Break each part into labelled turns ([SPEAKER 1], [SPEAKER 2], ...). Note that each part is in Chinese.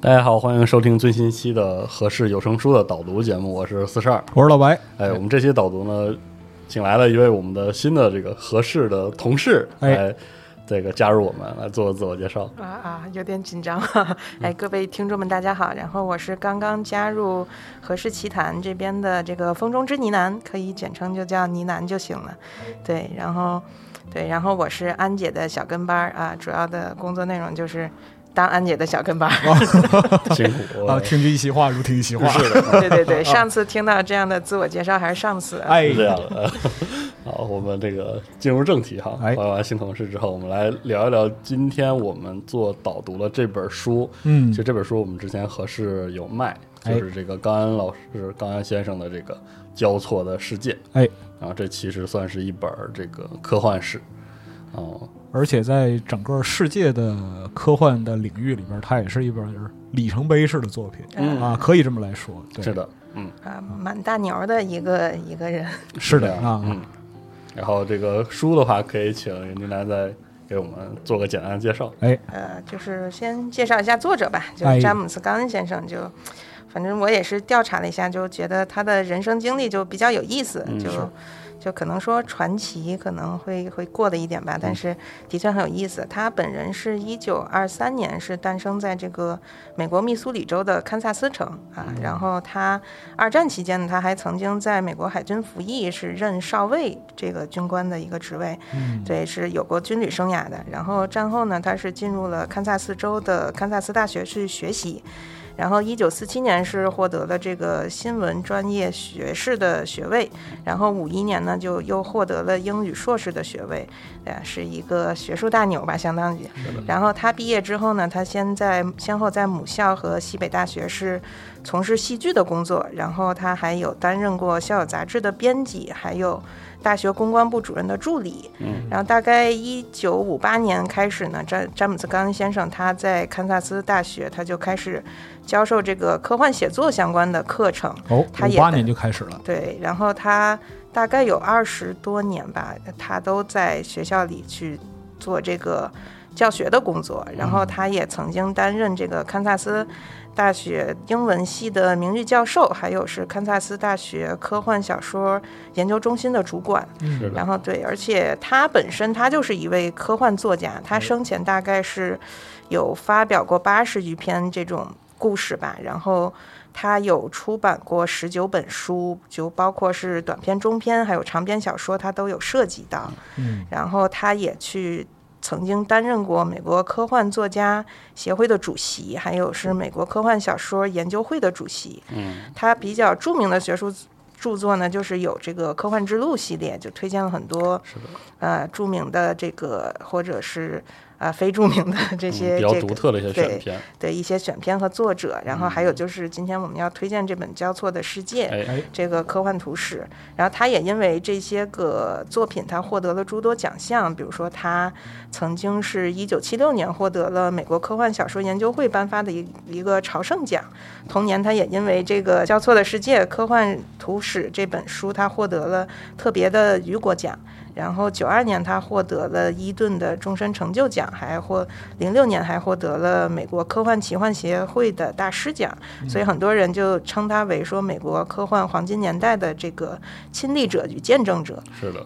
[SPEAKER 1] 大家好，欢迎收听最新一期的《合适有声书》的导读节目，我是四十二。
[SPEAKER 2] 我是老白，
[SPEAKER 1] 哎，我们这期导读呢，请来了一位我们的新的这个合适的同事
[SPEAKER 2] 哎
[SPEAKER 1] 来，这个加入我们来做自我介绍。
[SPEAKER 3] 啊啊，有点紧张 哈哈。哎，各位听众们，大家好。然后我是刚刚加入何氏奇谈这边的这个风中之呢喃，可以简称就叫呢喃就行了。对，然后对，然后我是安姐的小跟班儿啊，主要的工作内容就是当安姐的小跟班儿。
[SPEAKER 1] 辛苦哎
[SPEAKER 2] 啊，听君一席话，如听一席话，
[SPEAKER 1] 是的，
[SPEAKER 3] 对对对，上次听到这样的自我介绍还是上次啊。
[SPEAKER 2] 哎
[SPEAKER 1] 是，这样的。 好，我们这个进入正题哈。
[SPEAKER 2] 哎
[SPEAKER 1] 欢迎完新同事之后，我们来聊一聊今天我们做导读的这本书。
[SPEAKER 2] 嗯
[SPEAKER 1] 其实这本书我们之前合适有卖，就
[SPEAKER 2] 哎
[SPEAKER 1] 是这个高安老师、高安先生的这个《交错的世界》。
[SPEAKER 2] 哎，
[SPEAKER 1] 然啊后这其实算是一本儿这个科幻史。哦，
[SPEAKER 2] 而且在整个世界的科幻的领域里边，它也是一本里程碑式的作品、
[SPEAKER 1] 嗯
[SPEAKER 2] 啊，可以这么来说，对，
[SPEAKER 1] 是，的，嗯，
[SPEAKER 3] 啊，蛮大牛的一个一个人，
[SPEAKER 2] 是
[SPEAKER 1] 这
[SPEAKER 2] 的
[SPEAKER 1] 样
[SPEAKER 2] 啊，
[SPEAKER 1] 嗯。然后这个书的话，可以请任俊南再给我们做个简单的介绍。
[SPEAKER 2] 哎，
[SPEAKER 3] 呃，就是先介绍一下作者吧，就
[SPEAKER 2] 哎
[SPEAKER 3] 是詹姆斯·冈恩先生，就。反正我也是调查了一下，就觉得他的人生经历就比较有意思，
[SPEAKER 1] 嗯
[SPEAKER 3] 就是就可能说传奇可能会会过的一点吧，但是的确很有意思。他本人是一九二三年是诞生在这个美国密苏里州的堪萨斯城啊，然后他二战期间呢，他还曾经在美国海军服役，是任少尉这个军官的一个职位，
[SPEAKER 2] 嗯
[SPEAKER 3] 对，是有过军旅生涯的。然后战后呢，他是进入了堪萨斯州的堪萨斯大学去学习。然后，一九四七年是获得了这个新闻专业学士的学位，然后五一年呢就又获得了英语硕士的学位，哎呀，是一个学术大牛吧，相当于。然后他毕业之后呢，他先在先后在母校和西北大学是从事戏剧的工作，然后他还有担任过校友杂志的编辑，还有大学公关部主任的助理。然后大概一九五八年开始呢，詹詹姆斯·冈恩先生他在堪萨斯大学他就开始教授这个科幻写作相关的课程。
[SPEAKER 2] 哦，
[SPEAKER 3] 他
[SPEAKER 2] 五
[SPEAKER 3] 也
[SPEAKER 2] 八年就开始了，
[SPEAKER 3] 对，然后他大概有二十多年吧，他都在学校里去做这个教学的工作。然后他也曾经担任这个堪萨斯大学英文系的名誉教授，还有是堪萨斯大学科幻小说研究中心的主管。
[SPEAKER 1] 是的，
[SPEAKER 3] 然后对，而且他本身他就是一位科幻作家，
[SPEAKER 1] 嗯
[SPEAKER 3] 他生前大概是有发表过八十余篇这种故事吧，然后他有出版过十九本书，就包括是短篇、中篇还有长篇小说，他都有涉及到。
[SPEAKER 2] 嗯，
[SPEAKER 3] 然后他也去曾经担任过美国科幻作家协会的主席，还有是美国科幻小说研究会的主席。
[SPEAKER 1] 嗯，
[SPEAKER 3] 他比较著名的学术著作呢，就是有这个《科幻之路》系列，就推荐了很多
[SPEAKER 1] 是的，
[SPEAKER 3] 呃著名的这个或者是呃非著名的这些、
[SPEAKER 1] 嗯比较
[SPEAKER 3] 这个
[SPEAKER 1] 独特的一些选
[SPEAKER 3] 对
[SPEAKER 1] 片。
[SPEAKER 3] 对一些选片和作者。然后还有就是今天我们要推荐这本《交错的世界》
[SPEAKER 1] 嗯哎，
[SPEAKER 2] 哎，
[SPEAKER 3] 这个科幻图史，然后他也因为这些个作品，他获得了诸多奖项，比如说他曾经是一九七六年获得了美国科幻小说研究会颁发的一一个朝圣奖，同年他也因为这个《交错的世界：科幻图史》这本书，他获得了特别的雨果奖。然后九二年，他获得了伊顿的终身成就奖，还获零六年还获得了美国科幻奇幻协会的大师奖，所以很多人就称他为说美国科幻黄金年代的这个亲历者与见证者。
[SPEAKER 1] 是的，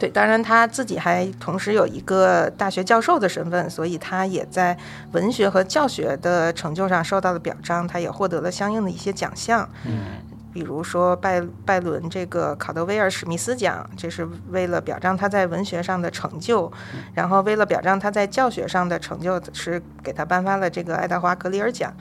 [SPEAKER 3] 对，当然他自己还同时有一个大学教授的身份，所以他也在文学和教学的成就上受到了表彰，他也获得了相应的一些奖项。
[SPEAKER 1] 嗯，
[SPEAKER 3] 比如说拜拜伦这个考德威尔史密斯奖，这是为了表彰他在文学上的成就，然后为了表彰他在教学上的成就，是给他颁发了这个爱德华格里尔奖。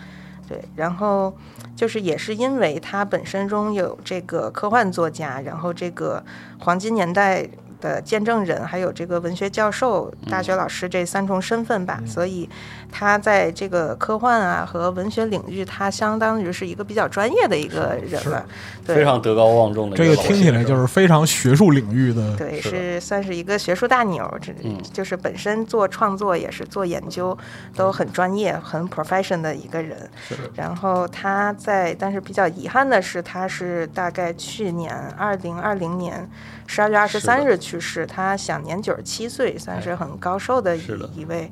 [SPEAKER 3] 对，然后就是也是因为他本身中有这个科幻作家，然后这个黄金年代的见证人，还有这个文学教授、
[SPEAKER 1] 嗯
[SPEAKER 3] 大学老师这三重身份吧，所以他在这个科幻啊和文学领域，他相当于是一个比较专业的一个人
[SPEAKER 2] 是
[SPEAKER 3] 了。对，
[SPEAKER 1] 非常德高望重的一
[SPEAKER 2] 这个
[SPEAKER 1] 老
[SPEAKER 2] 听起来
[SPEAKER 1] 先生
[SPEAKER 2] 就是非常学术领域的，
[SPEAKER 3] 对，
[SPEAKER 1] 嗯是的
[SPEAKER 3] 是算是一个学术大牛，这
[SPEAKER 1] 嗯
[SPEAKER 3] 就是本身做创作也是做研究，都很专业、很 profession 的一个人。
[SPEAKER 1] 是的
[SPEAKER 3] 然后他在，但是比较遗憾的是，他是大概去年二零二零年十二月二十三
[SPEAKER 1] 是的
[SPEAKER 3] 日去去世，他享年九十七岁，算是
[SPEAKER 1] 哎
[SPEAKER 3] 很高寿的一
[SPEAKER 1] 是的
[SPEAKER 3] 一位。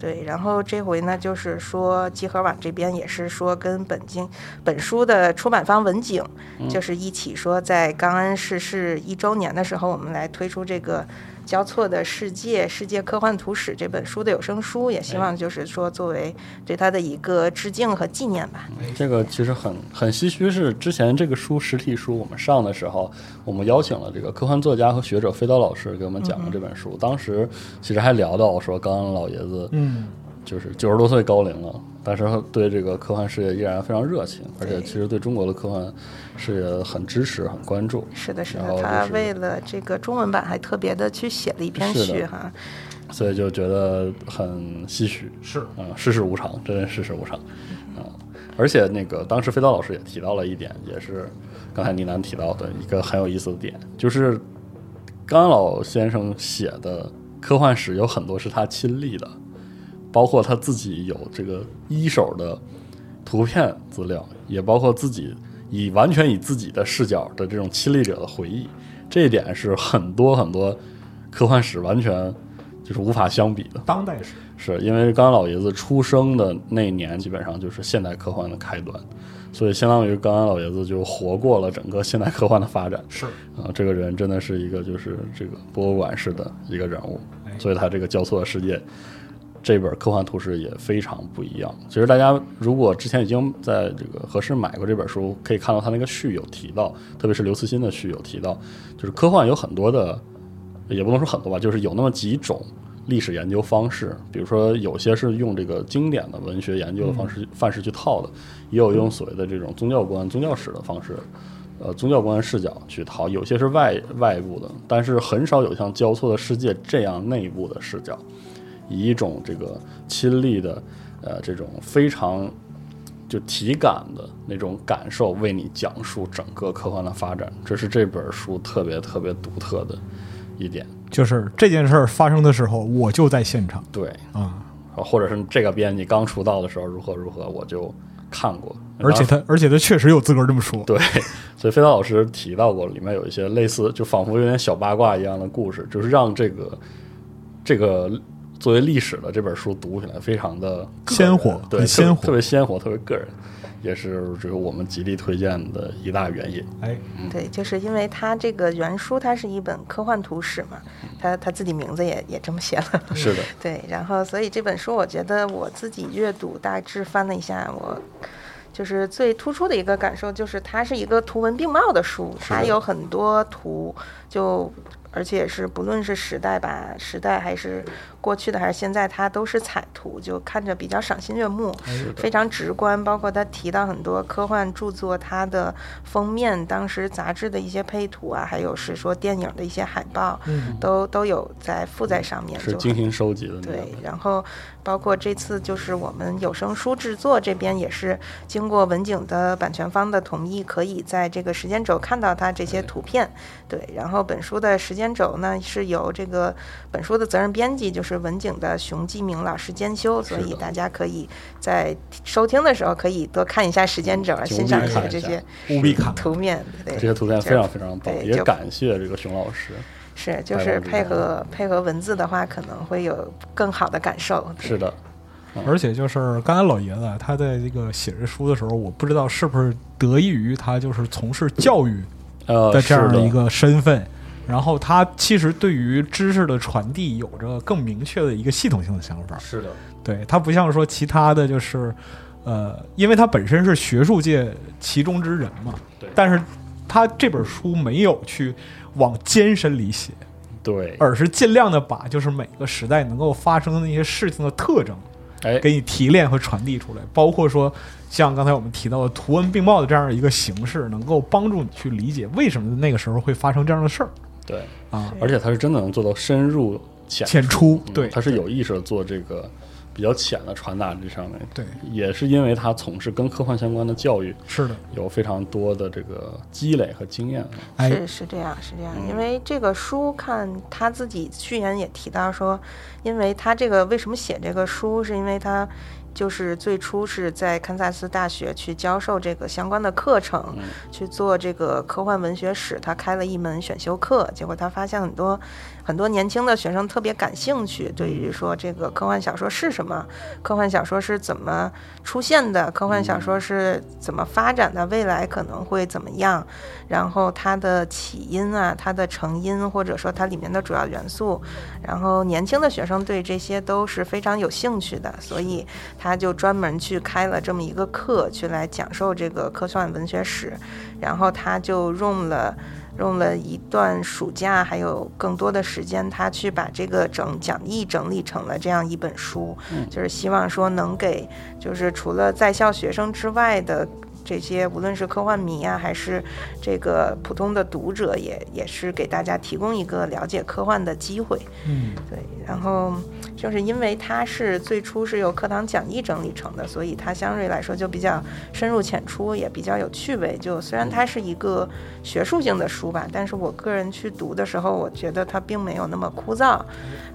[SPEAKER 3] 对，然后这回呢，就是说集合网这边也是说跟本经本书的出版方文景，
[SPEAKER 1] 嗯
[SPEAKER 3] 就是一起说在刚恩逝世一周年的时候，我们来推出这个《交错的世界：世界科幻图史》这本书的有声书，也希
[SPEAKER 1] 哎
[SPEAKER 3] 望就是说作为对他的一个致敬和纪念吧。
[SPEAKER 1] 这个其实很很唏嘘，是之前这个书实体书我们上的时候，我们邀请了这个科幻作家和学者飞刀老师给我们
[SPEAKER 2] 嗯
[SPEAKER 1] 讲过这本书。当时其实还聊到说，刚刚老爷子
[SPEAKER 2] 嗯，
[SPEAKER 1] 就是九十多岁高龄了，但是对这个科幻事业依然非常热情，而且
[SPEAKER 3] 对
[SPEAKER 1] 其实对中国的科幻事业很支持、很关注。
[SPEAKER 3] 是的，是
[SPEAKER 1] 然后
[SPEAKER 3] 的，
[SPEAKER 1] 就
[SPEAKER 3] 他
[SPEAKER 1] 是
[SPEAKER 3] 为了这个中文版还特别的去写了一篇
[SPEAKER 1] 是的
[SPEAKER 3] 序哈。
[SPEAKER 1] 所以就觉得很唏嘘。
[SPEAKER 2] 是
[SPEAKER 1] 啊、世事无常，真是世事无常啊、而且那个当时飞刀老师也提到了一点，也是刚才倪楠提到的一个很有意思的点，就是甘老先生写的科幻史有很多是他亲历的，包括他自己有这个一手的图片资料，也包括自己以完全以自己的视角的这种亲历者的回忆，这一点是很多很多科幻史完全就是无法相比的。
[SPEAKER 2] 当代史，
[SPEAKER 1] 是因为刚老爷子出生的那年，基本上就是现代科幻的开端，所以相当于刚刚老爷子就活过了整个现代科幻的发展。
[SPEAKER 2] 是
[SPEAKER 1] 啊、这个人真的是一个就是这个博物馆式的一个人物，
[SPEAKER 2] 哎
[SPEAKER 1] 所以他这个交错的世界。这本科幻图史也非常不一样。其实大家如果之前已经在这个合适买过这本书，可以看到他那个序有提到，特别是刘慈欣的序有提到，就是科幻有很多的，也不能说很多吧，就是有那么几种历史研究方式。比如说，有些是用这个经典的文学研究的方式、范式去套的，也有用所谓的这种宗教观、宗教史的方式呃宗教观视角去讨，有些是外外部的，但是很少有像《交错的世界》这样内部的视角，以一种这个亲历的，呃，这种非常就体感的那种感受，为你讲述整个科幻的发展，这是这本书特别特别独特的一点。
[SPEAKER 2] 就是这件事儿发生的时候，我就在现场
[SPEAKER 1] 对，
[SPEAKER 2] 啊，
[SPEAKER 1] 或者是这个编辑刚出道的时候如何如何，我就看过，
[SPEAKER 2] 而且他而且他确实有资格这么 说，
[SPEAKER 1] 对，所以飞刀老师提到过，里面有一些类似，就仿佛有点小八卦一样的故事，就是让这个这个作为历史的这本书读起来非常的个人
[SPEAKER 2] 鲜活
[SPEAKER 1] 对，
[SPEAKER 2] 很鲜
[SPEAKER 1] 特
[SPEAKER 2] 活
[SPEAKER 1] 特别鲜活，特别个人，也是这个我们极力推荐的一大原因。
[SPEAKER 2] 哎，
[SPEAKER 3] 对，就是因为它这个原书它是一本科幻图史嘛，它它自己名字也也这么写了。
[SPEAKER 1] 是的，
[SPEAKER 3] 对，然后所以这本书我觉得我自己阅读大致翻了一下，我就是最突出的一个感受就是它是一个图文并茂的书，
[SPEAKER 1] 是
[SPEAKER 3] 它
[SPEAKER 1] 的
[SPEAKER 3] 有很多图，就而且是不论是时代吧，时代还是过去的还是现在，它都是彩图，就看着比较赏心悦目。
[SPEAKER 1] 哎是的，
[SPEAKER 3] 非常直观，包括他提到很多科幻著作，它的封面、当时杂志的一些配图啊，还有是说电影的一些海报，
[SPEAKER 2] 嗯
[SPEAKER 3] 都都有在附在上面，
[SPEAKER 1] 是
[SPEAKER 3] 就
[SPEAKER 1] 精心收集的那
[SPEAKER 3] 对
[SPEAKER 1] 个，，
[SPEAKER 3] 然后包括这次就是我们有声书制作这边也是经过文景的版权方的同意，可以在这个时间轴看到它这些图片。对，然后本书的时间轴呢是由这个本书的责任编辑就是文景的熊继明老师监修，所
[SPEAKER 1] 是
[SPEAKER 3] 以
[SPEAKER 1] 的
[SPEAKER 3] 大家可以在收听的时候可以多看一下时间轴，
[SPEAKER 1] 请
[SPEAKER 3] 欣赏
[SPEAKER 1] 务
[SPEAKER 3] 一
[SPEAKER 1] 必
[SPEAKER 3] 下
[SPEAKER 1] 看一
[SPEAKER 3] 这
[SPEAKER 1] 下
[SPEAKER 3] 些
[SPEAKER 2] 务必看看，
[SPEAKER 3] 图片。对，
[SPEAKER 1] 这些图片
[SPEAKER 3] 就
[SPEAKER 1] 非常非常棒，
[SPEAKER 3] 对
[SPEAKER 1] 也
[SPEAKER 3] 就
[SPEAKER 1] 感谢这个熊老师。
[SPEAKER 3] 是就
[SPEAKER 1] 太棒了
[SPEAKER 3] 是配合配合文字的话，可能会有更好的感受。对
[SPEAKER 1] 是的，
[SPEAKER 2] 而且就是刚才老爷子啊他在这个写这书的时候，我不知道是不是得益于他就是从事教育
[SPEAKER 1] 呃，
[SPEAKER 2] 的这样
[SPEAKER 1] 是的
[SPEAKER 2] 一个身份，然后他其实对于知识的传递有着更明确的一个系统性的想法。
[SPEAKER 1] 是的，
[SPEAKER 2] 对他不像说其他的就是，呃，因为他本身是学术界其中之人嘛，
[SPEAKER 1] 对
[SPEAKER 2] 但是他这本书没有去往艰深里写，
[SPEAKER 1] 对，
[SPEAKER 2] 而是尽量的把就是每个时代能够发生的那些事情的特征。
[SPEAKER 1] 哎，
[SPEAKER 2] 给你提炼和传递出来，包括说像刚才我们提到的图文并茂的这样一个形式，能够帮助你去理解为什么那个时候会发生这样的事儿
[SPEAKER 1] 对，
[SPEAKER 2] 啊。
[SPEAKER 1] 而且他是真的能做到深入浅
[SPEAKER 2] 浅出，
[SPEAKER 1] 嗯
[SPEAKER 2] 对，
[SPEAKER 1] 他是有意识的做这个比较浅的传达这上面，
[SPEAKER 2] 对，
[SPEAKER 1] 也是因为他从事跟科幻相关的教育，
[SPEAKER 2] 是的，
[SPEAKER 1] 有非常多的这个积累和经验。啊
[SPEAKER 2] 哎，
[SPEAKER 3] 是是这样，是这样，
[SPEAKER 1] 嗯
[SPEAKER 3] 因为这个书看他自己序言也提到说，因为他这个为什么写这个书，是因为他就是最初是在堪萨斯大学去教授这个相关的课程，去做这个科幻文学史。他开了一门选修课，结果他发现很多很多年轻的学生特别感兴趣，对于说这个科幻小说是什么，科幻小说是怎么出现的，科幻小说是怎么发展的，未来可能会怎么样，然后它的起因啊，它的成因，或者说它里面的主要元素，然后年轻的学生对这些都是非常有兴趣的，所以他就专门去开了这么一个课，去来讲授这个科幻文学史。然后他就用了用了一段暑假，还有更多的时间，他去把这个整讲义整理成了这样一本书，就是希望说能给就是除了在校学生之外的。这些无论是科幻迷啊，还是这个普通的读者也，也是给大家提供一个了解科幻的机会。
[SPEAKER 2] 嗯，
[SPEAKER 3] 对，然后就是因为它是最初是由课堂讲义整理成的，所以它相对来说就比较深入浅出，也比较有趣味。就虽然它是一个学术性的书吧，但是我个人去读的时候，我觉得它并没有那么枯燥，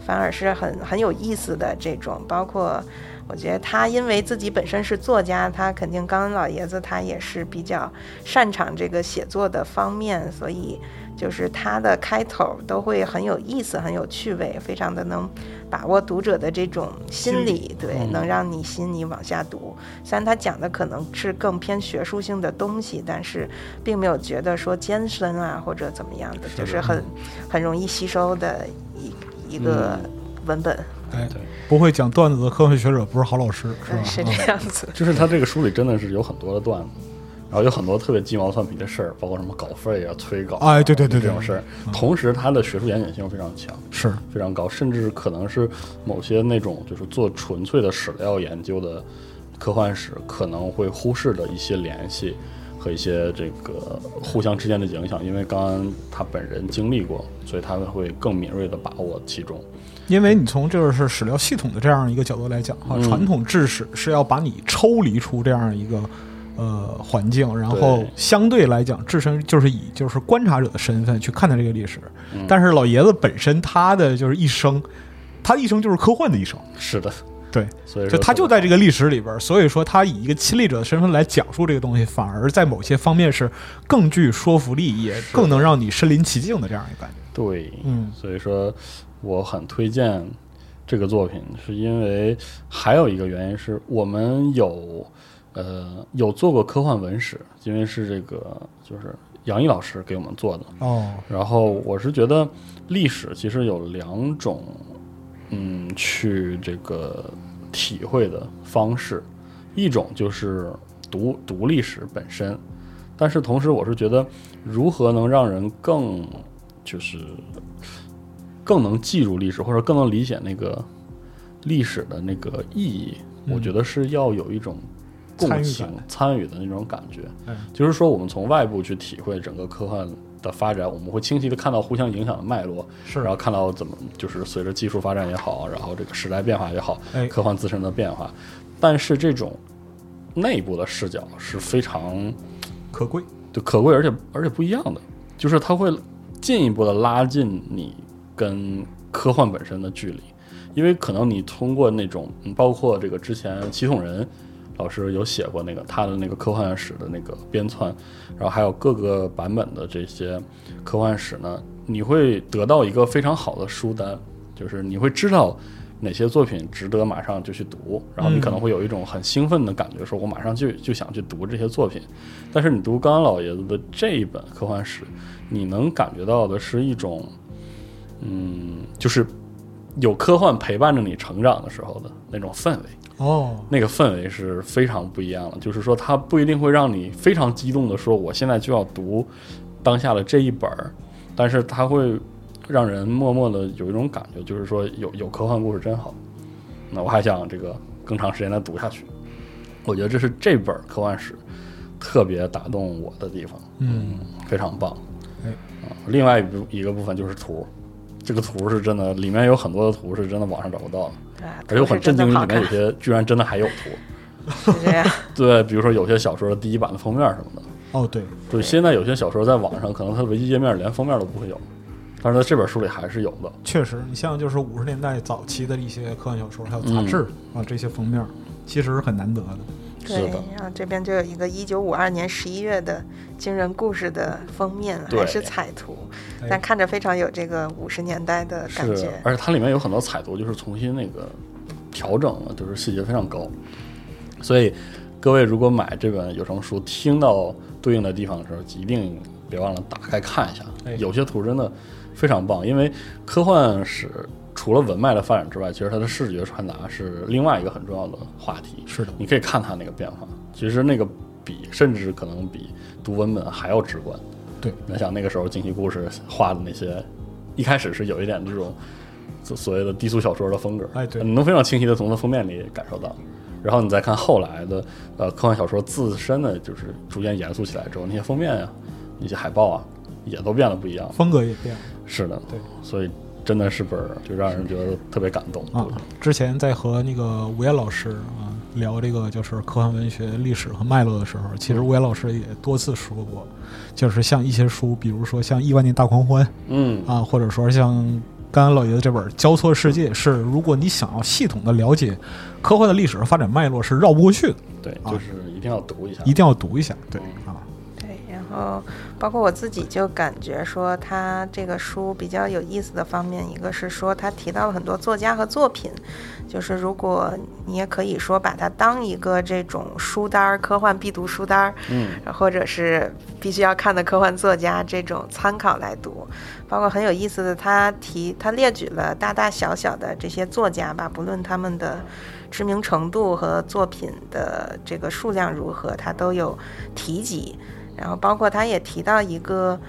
[SPEAKER 3] 反而是很很有意思的这种。包括我觉得他因为自己本身是作家，他肯定刚老爷子他也是比较擅长这个写作的方面，所以。就是它的开头都会很有意思、很有趣味，非常的能把握读者的这种心理，对，
[SPEAKER 1] 嗯
[SPEAKER 3] 能让你心里往下读。虽然它讲的可能是更偏学术性的东西，但是并没有觉得说艰深啊或者怎么样的，就是很很容易吸收的一一个
[SPEAKER 1] 嗯
[SPEAKER 3] 文本，
[SPEAKER 2] 哎，
[SPEAKER 1] 对，
[SPEAKER 2] 不会讲段子的科幻学者不是好老师，是吧？
[SPEAKER 3] 是
[SPEAKER 2] 嗯
[SPEAKER 3] 这样子。
[SPEAKER 1] 就是他这个书里真的是有很多的段子，然后有很多特别鸡毛蒜皮的事儿，包括什么稿费啊、催稿啊
[SPEAKER 2] 哎对对对对嗯
[SPEAKER 1] 这种事儿。同时，他的学术严谨性非常强，
[SPEAKER 2] 是
[SPEAKER 1] 非常高，甚至可能是某些那种就是做纯粹的史料研究的科幻史可能会忽视的一些联系和一些这个互相之间的影响，因为刚刚他本人经历过，所以他们会更敏锐地把握其中。
[SPEAKER 2] 因为你从这个是史料系统的这样一个角度来讲哈，
[SPEAKER 1] 嗯
[SPEAKER 2] 传统制史是要把你抽离出这样一个呃环境，然后
[SPEAKER 1] 对
[SPEAKER 2] 相对来讲置身就是以就是观察者的身份去看待这个历史。但是老爷子本身他的就是一生，他的一生就是科幻的一生，
[SPEAKER 1] 是的，
[SPEAKER 2] 对，
[SPEAKER 1] 所以
[SPEAKER 2] 就
[SPEAKER 1] 说
[SPEAKER 2] 他就在这个历史里边儿，所以说他以一个亲历者的身份来讲述这个东西，反而在某些方面是更具说服力，也更能让你身临其境的这样一个感觉。
[SPEAKER 1] 对，
[SPEAKER 2] 嗯
[SPEAKER 1] 所以说我很推荐这个作品，是因为还有一个原因是我们有呃有做过科幻文史，因为是这个就是杨毅老师给我们做的。
[SPEAKER 2] 哦，
[SPEAKER 1] 然后我是觉得历史其实有两种嗯去这个体会的方式，一种就是读读历史本身，但是同时我是觉得如何能让人更就是更能记住历史，或者更能理解那个历史的那个意义，我觉得是要有一种共情参
[SPEAKER 2] 参与
[SPEAKER 1] 与的那种感觉
[SPEAKER 2] 嗯。
[SPEAKER 1] 就是说，我们从外部去体会整个科幻的发展，我们会清晰的看到互相影响的脉络，
[SPEAKER 2] 是啊
[SPEAKER 1] 然后看到怎么就是随着技术发展也好，然后这个时代变化也好，
[SPEAKER 2] 哎
[SPEAKER 1] 科幻自身的变化。但是这种内部的视角是非常
[SPEAKER 2] 可贵。
[SPEAKER 1] 就可贵，而且而且不一样的，就是它会进一步的拉近你跟科幻本身的距离，因为可能你通过那种，嗯包括这个之前祁统人老师有写过那个他的那个科幻史的那个编纂，然后还有各个版本的这些科幻史呢，你会得到一个非常好的书单，就是你会知道。哪些作品值得马上就去读？然后你可能会有一种很兴奋的感觉，说我马上就就想去读这些作品。但是你读刚刚老爷子的这一本科幻史，你能感觉到的是一种，嗯，就是有科幻陪伴着你成长的时候的那种氛围，
[SPEAKER 2] 哦，
[SPEAKER 1] 那个氛围是非常不一样的。就是说，它不一定会让你非常激动的说我现在就要读当下的这一本儿，但是它会让人默默的有一种感觉，就是说有有科幻故事真好，那我还想这个更长时间的读下去。我觉得这是这本科幻史特别打动我的地方，
[SPEAKER 2] 嗯，
[SPEAKER 1] 非常棒。
[SPEAKER 2] 哎
[SPEAKER 1] 啊，另外一部一个部分就是图，这个图是真的，里面有很多的图是真的网上找不到的，
[SPEAKER 3] 啊，
[SPEAKER 1] 而且哎我很震惊，里
[SPEAKER 3] 是真的好
[SPEAKER 1] 面
[SPEAKER 3] 看
[SPEAKER 1] 有，些居然真的还有图。
[SPEAKER 3] 是 这样。
[SPEAKER 1] 对，比如说有些小说的第一版的封面什么的，
[SPEAKER 2] 哦，对，
[SPEAKER 1] 对，现在有些小说在网上可能它的维基页面连封面都不会有，但是在这本书里还是有的。
[SPEAKER 2] 确实，你像就是五十年代早期的一些科幻小说，还有杂志、啊，这些封面，其实是很难得的。
[SPEAKER 1] 是
[SPEAKER 3] 对
[SPEAKER 1] 的，
[SPEAKER 3] 然后这边就有一个一九五二年十一月的惊人故事的封面，还
[SPEAKER 1] 对
[SPEAKER 3] 是彩图，
[SPEAKER 2] 哎
[SPEAKER 3] 但看着非常有这个五十年代的感
[SPEAKER 1] 是
[SPEAKER 3] 觉。，
[SPEAKER 1] 而且它里面有很多彩图，就是重新那个调整了，就是细节非常高。所以各位如果买这本有声书，听到对应的地方的时候，一定别忘了打开看一下
[SPEAKER 2] 哎，
[SPEAKER 1] 有些图真的非常棒。因为科幻史除了文脉的发展之外，其实它的视觉传达是另外一个很重要的话题。
[SPEAKER 2] 是的，
[SPEAKER 1] 你可以看它那个变化，其实那个比甚至可能比读文本还要直观。
[SPEAKER 2] 对，
[SPEAKER 1] 你想那个时候惊奇故事画的那些，一开始是有一点这种所所谓的低俗小说的风格，
[SPEAKER 2] 哎对
[SPEAKER 1] 你能非常清晰的从它封面里感受到。然后你再看后来的呃科幻小说自身的就是逐渐严肃起来之后，那些封面啊，那些海报啊，也都变得不一样了。
[SPEAKER 2] 风格也变了。
[SPEAKER 1] 是的，
[SPEAKER 2] 对，
[SPEAKER 1] 所以真的是本儿就让人觉得特别感动。
[SPEAKER 2] 啊，之前在和那个吴越老师啊聊这个就是科幻文学历史和脉络的时候，其实吴越老师也多次说过，就是像一些书，比如说像《亿万年大狂欢
[SPEAKER 1] 嗯》
[SPEAKER 2] 啊，或者说像刚刚老爷子这本《交错世界》，是如果你想要系统的了解科幻的历史和发展脉络，是绕不过去的，
[SPEAKER 1] 对，
[SPEAKER 2] 啊
[SPEAKER 1] 就是一定要读一下，
[SPEAKER 2] 一定要读一下。对啊，
[SPEAKER 3] 对，然后包括我自己就感觉说，他这个书比较有意思的方面，一个是说他提到了很多作家和作品，就是如果你也可以说把它当一个这种书单儿、科幻必读书单儿，
[SPEAKER 1] 嗯，
[SPEAKER 3] 或者是必须要看的科幻作家这种参考来读。包括很有意思的，他提他列举了大大小小的这些作家吧，不论他们的知名程度和作品的这个数量如何，他都有提及。然后包括他也提到一个、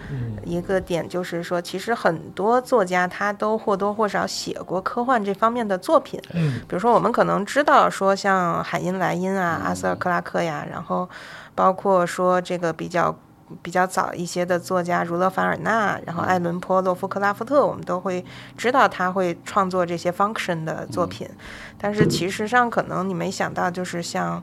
[SPEAKER 3] 一个点，就是说，其实很多作家他都或多或少写过科幻这方面的作品，
[SPEAKER 2] 嗯，
[SPEAKER 3] 比如说我们可能知道说像海因莱因啊、阿瑟尔克拉克呀，然后包括说这个比较。比较早一些的作家，儒勒·凡尔纳，然后艾伦·坡、洛夫克拉夫特，我们都会知道他会创作这些 function 的作品。但是其实上，可能你没想到，就是像《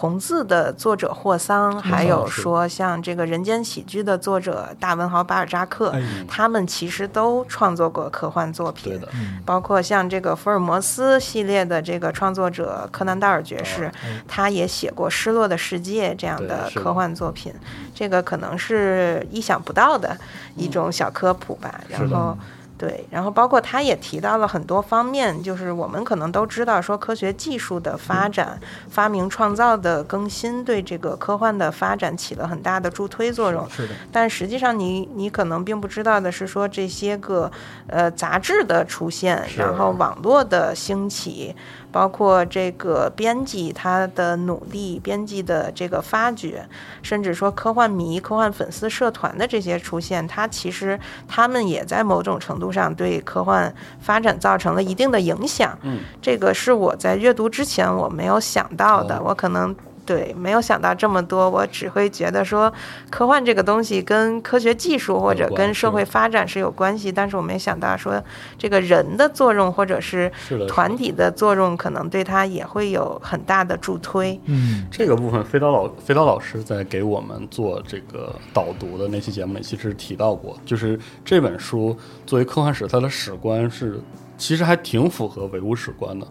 [SPEAKER 3] 红字》的作者霍桑，还有
[SPEAKER 1] 是
[SPEAKER 3] 说像这个《人间喜剧》的作者大文豪巴尔扎克，
[SPEAKER 2] 哎，
[SPEAKER 3] 他们其实都创作过科幻作品。
[SPEAKER 1] 对的，
[SPEAKER 3] 包括像这个福尔摩斯系列的这个创作者柯南道尔
[SPEAKER 1] 啊
[SPEAKER 3] 爵士，他也写过《失落的世界》这样的
[SPEAKER 1] 哎对是的
[SPEAKER 3] 科幻作品，这个可能是意想不到的一种小科普吧。
[SPEAKER 1] 嗯
[SPEAKER 3] 然后。对，然后包括他也提到了很多方面，就是我们可能都知道，说科学技术的发展、发明创造的更新，对这个科幻的发展起了很大的助推作用。
[SPEAKER 2] 是的，
[SPEAKER 3] 但实际上你，你可能并不知道的是，说这些个呃杂志的出现，
[SPEAKER 1] 是
[SPEAKER 3] 然后网络的兴起，包括这个编辑他的努力、编辑的这个发掘，甚至说科幻迷、科幻粉丝社团的这些出现，它其实他们也在某种程度上对科幻发展造成了一定的影响。
[SPEAKER 1] 嗯，
[SPEAKER 3] 这个是我在阅读之前我没有想到的，
[SPEAKER 1] 哦
[SPEAKER 3] 我可能。对，没有想到这么多，我只会觉得说，科幻这个东西跟科学技术或者
[SPEAKER 1] 有关
[SPEAKER 3] 跟社会
[SPEAKER 1] 是
[SPEAKER 3] 发展是有关系，但是我没想到说这个人的作用或者是
[SPEAKER 1] 是的，
[SPEAKER 3] 团体的作用，可能对它也会有很大的助推。
[SPEAKER 2] 嗯，
[SPEAKER 1] 这个部分，飞刀老飞刀老师在给我们做这个导读的那期节目里，其实提到过，就是这本书作为科幻史，它的史观是其实还挺符合唯物史观的，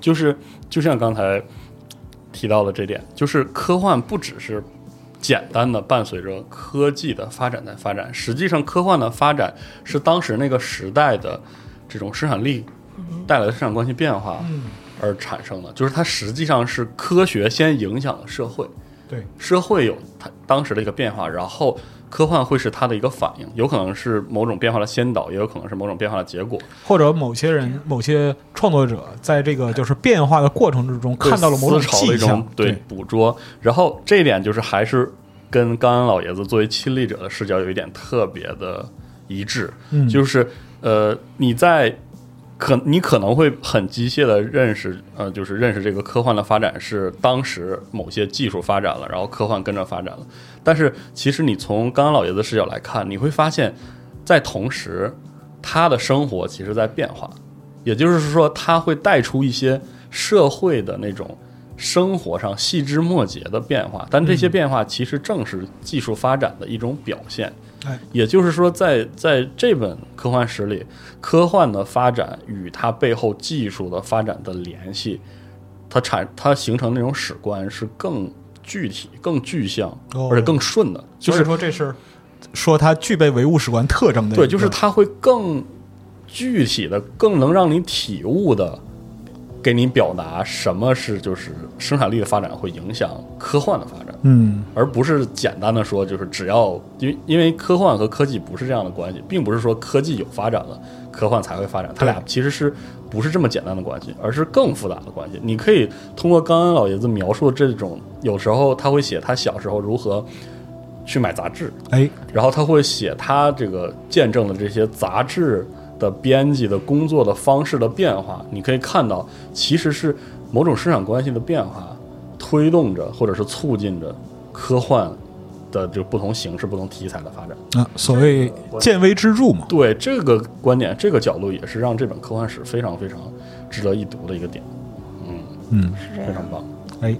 [SPEAKER 1] 就是就像刚才提到的这点，就是科幻不只是简单的伴随着科技的发展在发展，实际上科幻的发展是当时那个时代的这种生产力带来的市场关系变化而产生的，就是它实际上是科学先影响了社会，
[SPEAKER 2] 对，
[SPEAKER 1] 社会有它当时的一个变化，然后科幻会是它的一个反应，有可能是某种变化的先导，也有可能是某种变化的结果，
[SPEAKER 2] 或者某些人、某些创作者在这个就是变化的过程之中看到了某种
[SPEAKER 1] 思潮的
[SPEAKER 2] 迹
[SPEAKER 1] 一种
[SPEAKER 2] 象，
[SPEAKER 1] 对捕捉。然后这一点就是还是跟刚安老爷子作为亲历者的视角有一点特别的一致，
[SPEAKER 2] 嗯
[SPEAKER 1] 就是呃你在。可你可能会很机械的认识，呃，就是认识这个科幻的发展是当时某些技术发展了，然后科幻跟着发展了。但是其实你从刚刚老爷子的视角来看，你会发现，在同时，他的生活其实在变化，也就是说，他会带出一些社会的那种生活上细枝末节的变化，但这些变化其实正是技术发展的一种表现。
[SPEAKER 2] 哎
[SPEAKER 1] 也就是说在，在这本科幻史里，科幻的发展与它背后技术的发展的联系，它产它形成那种史观是更具体、更具象，
[SPEAKER 2] 哦
[SPEAKER 1] 而且更顺的，就
[SPEAKER 2] 所
[SPEAKER 1] 是
[SPEAKER 2] 以说这是说它具备唯物史观特征的一个，
[SPEAKER 1] 对，就是它会更具体的、更能让你体悟的，给你表达什么是就是生产力的发展会影响科幻的发展。
[SPEAKER 2] 嗯
[SPEAKER 1] 而不是简单的说，就是只要因为因为科幻和科技不是这样的关系，并不是说科技有发展了，科幻才会发展，它俩其实是不是这么简单的关系，而是更复杂的关系。你可以通过刚刚老爷子描述的这种，有时候他会写他小时候如何去买杂志，
[SPEAKER 2] 哎
[SPEAKER 1] 然后他会写他这个见证了这些杂志的编辑的工作的方式的变化。你可以看到，其实是某种生产关系的变化推动着或者是促进着科幻的这不同形式、不同题材的发展。
[SPEAKER 2] 啊，所谓见微知著嘛，
[SPEAKER 1] 对这个观点、这个角度，也是让这本科幻史非常非常值得一读的一个点。嗯，
[SPEAKER 2] 嗯
[SPEAKER 3] 是这
[SPEAKER 1] 非常
[SPEAKER 3] 样。
[SPEAKER 1] 棒。
[SPEAKER 2] 哎
[SPEAKER 1] 嗯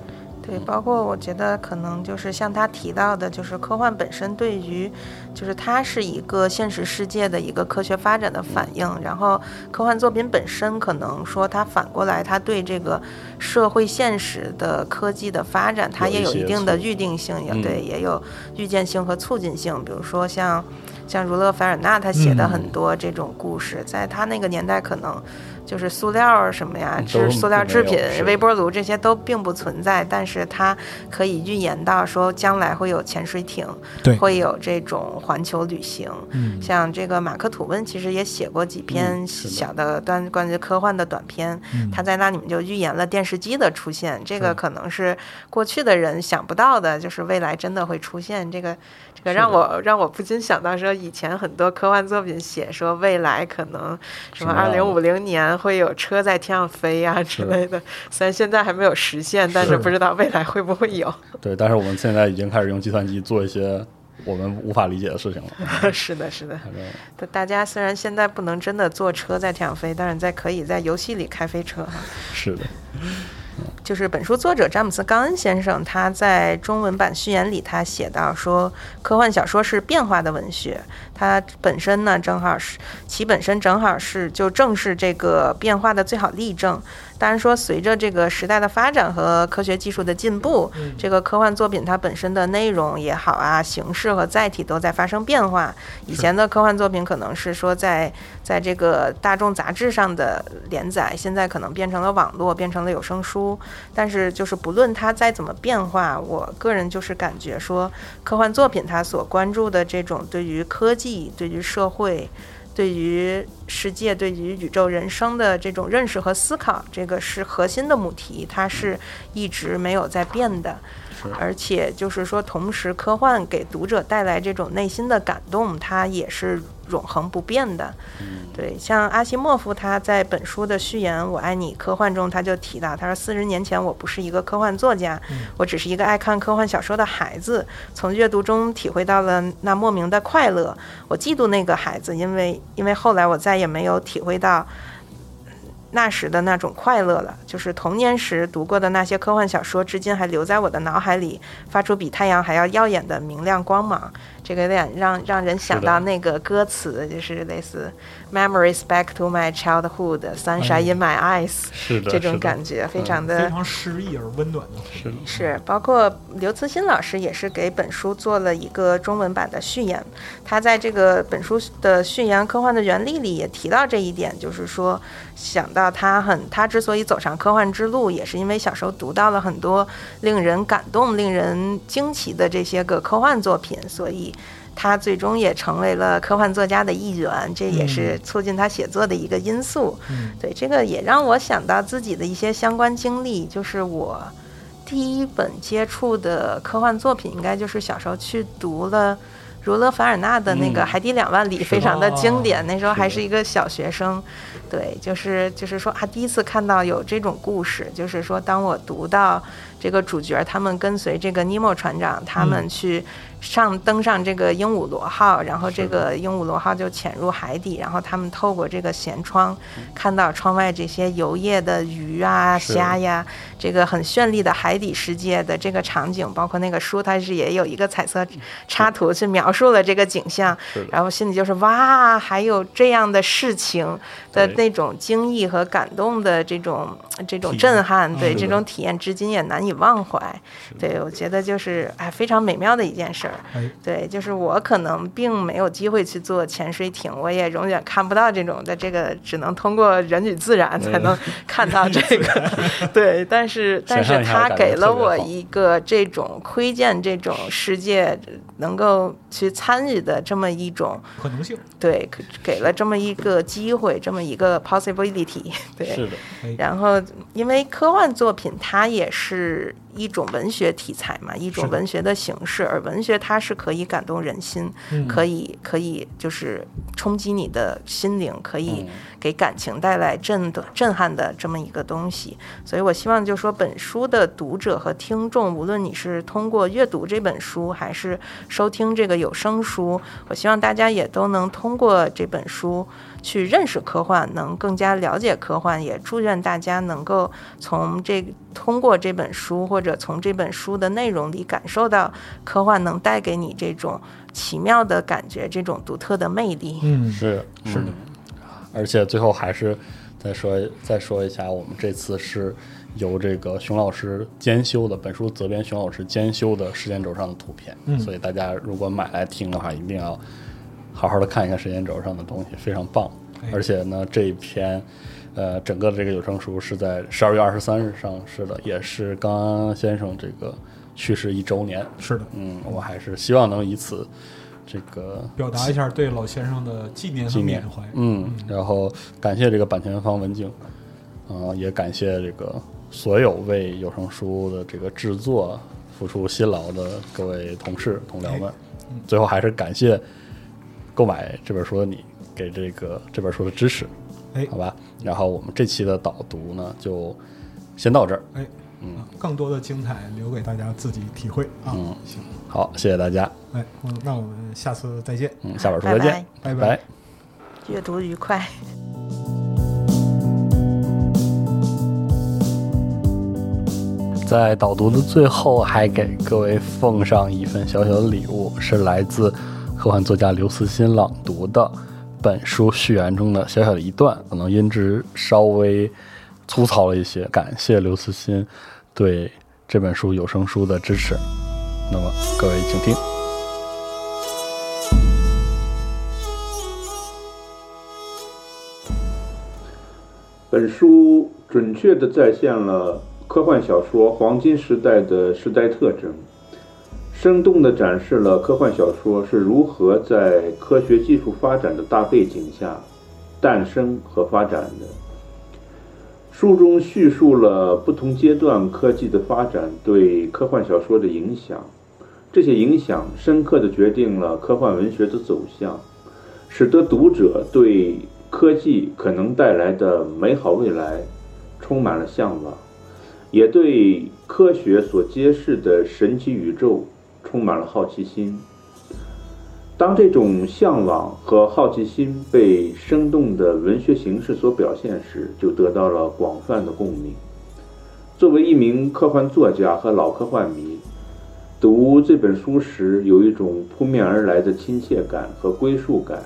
[SPEAKER 3] 对，包括我觉得可能就是像他提到的，就是科幻本身对于，就是它是一个现实世界的一个科学发展的反应，然后科幻作品本身可能说它反过来，它对这个社会现实的科技的发展，它
[SPEAKER 1] 有
[SPEAKER 3] 也
[SPEAKER 1] 一
[SPEAKER 3] 有
[SPEAKER 1] 些
[SPEAKER 3] 一定的
[SPEAKER 1] 促
[SPEAKER 3] 预定性，也
[SPEAKER 1] 嗯
[SPEAKER 3] 对，也有预见性和促进性，比如说像。像儒勒·凡尔纳，他写的
[SPEAKER 1] 嗯
[SPEAKER 3] 很多这种故事，在他那个年代，可能就是塑料儿什么呀，
[SPEAKER 1] 嗯都
[SPEAKER 3] 制啊塑料
[SPEAKER 1] 没
[SPEAKER 3] 制
[SPEAKER 1] 有
[SPEAKER 3] 品、
[SPEAKER 1] 是
[SPEAKER 3] 微波炉这些都并不存在，但是它可以预言到说将来会有潜水艇，
[SPEAKER 2] 对
[SPEAKER 3] 会有这种环球旅行。
[SPEAKER 2] 嗯
[SPEAKER 3] 像这个马克·吐温其实也写过几篇
[SPEAKER 1] 嗯是的
[SPEAKER 3] 小的关关于科幻的短篇，
[SPEAKER 2] 嗯
[SPEAKER 3] 他在那里面就预言了电视机的出现，这个可能是过去的人想不到的，就是未来真的会出现。这个这个让我让我不禁想到说，以前很多科幻作品写说未来可能什
[SPEAKER 1] 什
[SPEAKER 3] 么
[SPEAKER 1] 么
[SPEAKER 3] 二
[SPEAKER 1] 样的
[SPEAKER 3] 零五零年会有车在天上飞呀、之类的，虽然现在还没有实现，但是不知道未来会不会有。
[SPEAKER 1] 对，但是我们现在已经开始用计算机做一些我们无法理解的事情了。
[SPEAKER 3] 是的，是的。
[SPEAKER 1] 反正
[SPEAKER 3] 大大家虽然现在不能真的坐车在天上飞，但是在可以在游戏里开飞车。
[SPEAKER 1] 是的，
[SPEAKER 3] 就是本书作者詹姆斯·冈恩先生，他在中文版序言里，他写到说，科幻小说是变化的文学，它本身呢，正好是其本身正好是就正是这个变化的最好例证。当然说，随着这个时代的发展和科学技术的进步，这个科幻作品它本身的内容也好啊，形式和载体都在发生变化。以前的科幻作品可能是说在在这个大众杂志上的连载，现在可能变成了网络，变成了有声书。但是就是不论它再怎么变化，我个人就是感觉说，科幻作品它所关注的这种对于科技、对于社会、对于世界、对于宇宙人生的这种认识和思考，这个是核心的母题，它是一直没有在变的。而且就是说，同时科幻给读者带来这种内心的感动，它也是永恒不变的。对，像阿西莫夫他在本书的序言《我爱你》科幻中，他就提到，他说四十年前我不是一个科幻作家，我只是一个爱看科幻小说的孩子，从阅读中体会到了那莫名的快乐。我嫉妒那个孩子，因为因为后来我再也没有体会到。那时的那种快乐了，就是童年时读过的那些科幻小说，至今还留在我的脑海里，发出比太阳还要耀眼的明亮光芒。这个有点让让人想
[SPEAKER 1] 是的
[SPEAKER 3] 到那个歌词，就是类似 “Memories back to my childhood, sunshine in my eyes”、
[SPEAKER 1] 是的，嗯
[SPEAKER 3] 这
[SPEAKER 1] 是
[SPEAKER 3] 种
[SPEAKER 1] 的
[SPEAKER 3] 感觉，非常的、
[SPEAKER 2] 非常诗意而温暖的，
[SPEAKER 1] 是的，
[SPEAKER 3] 是，包括刘慈欣老师也是给本书做了一个中文版的序言。他在这个本书的序言《科幻的原理》里也提到这一点，就是说，想到他很，他之所以走上科幻之路，也是因为小时候读到了很多令人感动、令人惊奇的这些个科幻作品，所以。他最终也成为了科幻作家的一员，这也是促进他写作的一个因素。
[SPEAKER 2] 嗯
[SPEAKER 3] 对，这个也让我想到自己的一些相关经历，就是我第一本接触的科幻作品，应该就是小时候去读了儒勒·凡尔纳的那个《
[SPEAKER 1] 嗯
[SPEAKER 3] 海底两万里》，非常的经典。那时候还
[SPEAKER 1] 是
[SPEAKER 3] 是一个小学生，对，就是就是说啊，第一次看到有这种故事，就是说当我读到这个主角他们跟随这个尼莫船长，他
[SPEAKER 1] 嗯
[SPEAKER 3] 们去上登上这个鹦鹉螺号，然后这个鹦鹉螺号就潜入海底，然后他们透过这个舷窗看到窗外这些游曳的鱼啊、
[SPEAKER 1] 是
[SPEAKER 3] 虾呀，这个很绚丽的海底世界的这个场景，包括那个书，它是也有一个彩色插图去描述了这个景象，
[SPEAKER 1] 是的，
[SPEAKER 3] 然后心里就是哇，还有这样的事情的
[SPEAKER 1] 对
[SPEAKER 3] 那种惊异和感动的这种这种
[SPEAKER 2] 体验
[SPEAKER 3] 震撼，对
[SPEAKER 2] 嗯
[SPEAKER 3] 这种体验至今也难以忘怀。对我觉得就是哎非常美妙的一件事儿。
[SPEAKER 2] 哎，
[SPEAKER 3] 对，就是我可能并没有机会去做潜水艇，我也永远看不到这种的，这个只能通过人与自然才能 看到这个。对，但是但
[SPEAKER 1] 嗯想象
[SPEAKER 3] 是
[SPEAKER 1] 一下
[SPEAKER 3] 它
[SPEAKER 1] 感觉
[SPEAKER 3] 给
[SPEAKER 1] 特
[SPEAKER 3] 了
[SPEAKER 1] 别
[SPEAKER 3] 我
[SPEAKER 1] 好
[SPEAKER 3] 一个这种窥见这种世界能够去参与的这么一种，
[SPEAKER 2] 可能性，
[SPEAKER 3] 对，给给了这么一个机会，这么一个 possibility。对，
[SPEAKER 1] 是的，
[SPEAKER 3] 然后，因为科幻作品它也是一种文学题材嘛，一种
[SPEAKER 2] 是的
[SPEAKER 3] 文学的形式，而文学它是可以感动人心，
[SPEAKER 2] 嗯
[SPEAKER 3] 可以可以就是冲击你的心灵，可以
[SPEAKER 1] 嗯
[SPEAKER 3] 给感情带来震的震撼的这么一个东西。所以我希望就说，本书的读者和听众，无论你是通过阅读这本书，还是收听这个有声书，我希望大家也都能通过这本书去认识科幻，能更加了解科幻。也祝愿大家能够从这通过这本书，或者从这本书的内容里，感受到科幻能带给你这种奇妙的感觉，这种独特的魅力。
[SPEAKER 2] 嗯，
[SPEAKER 1] 是
[SPEAKER 2] 是的
[SPEAKER 1] 嗯而且最后还是再说再说一下，我们这次是由这个熊老师监修的，本书责编熊老师监修的时间轴上的图片，
[SPEAKER 2] 嗯
[SPEAKER 1] 所以大家如果买来听的话，一定要好好的看一看时间轴上的东西，非常棒
[SPEAKER 2] 哎。
[SPEAKER 1] 而且呢，这一篇。呃，整个的这个有声书是在十二月二十三日上市的，也是刚刚先生这个去世一周年。
[SPEAKER 2] 是的，
[SPEAKER 1] 嗯，我还是希望能以此这个
[SPEAKER 2] 表达一下对老先生的纪念和
[SPEAKER 1] 纪念
[SPEAKER 2] 缅怀。
[SPEAKER 1] 嗯，然后感谢这个版权方文静，啊、也感谢这个所有为有声书的这个制作付出辛劳的各位同事同僚
[SPEAKER 2] 哎
[SPEAKER 1] 们。
[SPEAKER 2] 嗯
[SPEAKER 1] 最后还是感谢购买这本书的你给这个这本书的支持，
[SPEAKER 2] 哎
[SPEAKER 1] 好吧。然后我们这期的导读呢，就先到这儿。
[SPEAKER 2] 哎，嗯，更多的精彩留给大家自己体会啊。
[SPEAKER 1] 嗯
[SPEAKER 2] 行，
[SPEAKER 1] 好，谢谢大家。
[SPEAKER 2] 哎，我那我们下次再见。
[SPEAKER 1] 嗯，下本书再见，
[SPEAKER 2] 拜拜拜
[SPEAKER 1] 拜
[SPEAKER 2] 拜
[SPEAKER 3] 阅读愉快。
[SPEAKER 1] 在导读的最后，还给各位奉上一份小小的礼物，是来自科幻作家刘慈欣朗读的本书序言中的小小的一段，可能音质稍微粗糙了一些。感谢刘慈欣对这本书有声书的支持。那么，各位请听。
[SPEAKER 4] 本书准确地再现了科幻小说黄金时代的时代特征，生动地展示了科幻小说是如何在科学技术发展的大背景下诞生和发展的。书中叙述了不同阶段科技的发展对科幻小说的影响，这些影响深刻地决定了科幻文学的走向。使得读者对科技可能带来的美好未来充满了向往，也对科学所揭示的神奇宇宙充满了好奇心。当这种向往和好奇心被生动的文学形式所表现时，就得到了广泛的共鸣。作为一名科幻作家和老科幻迷，读这本书时，有一种扑面而来的亲切感和归属感，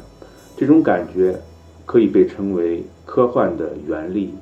[SPEAKER 4] 这种感觉可以被称为科幻的原力。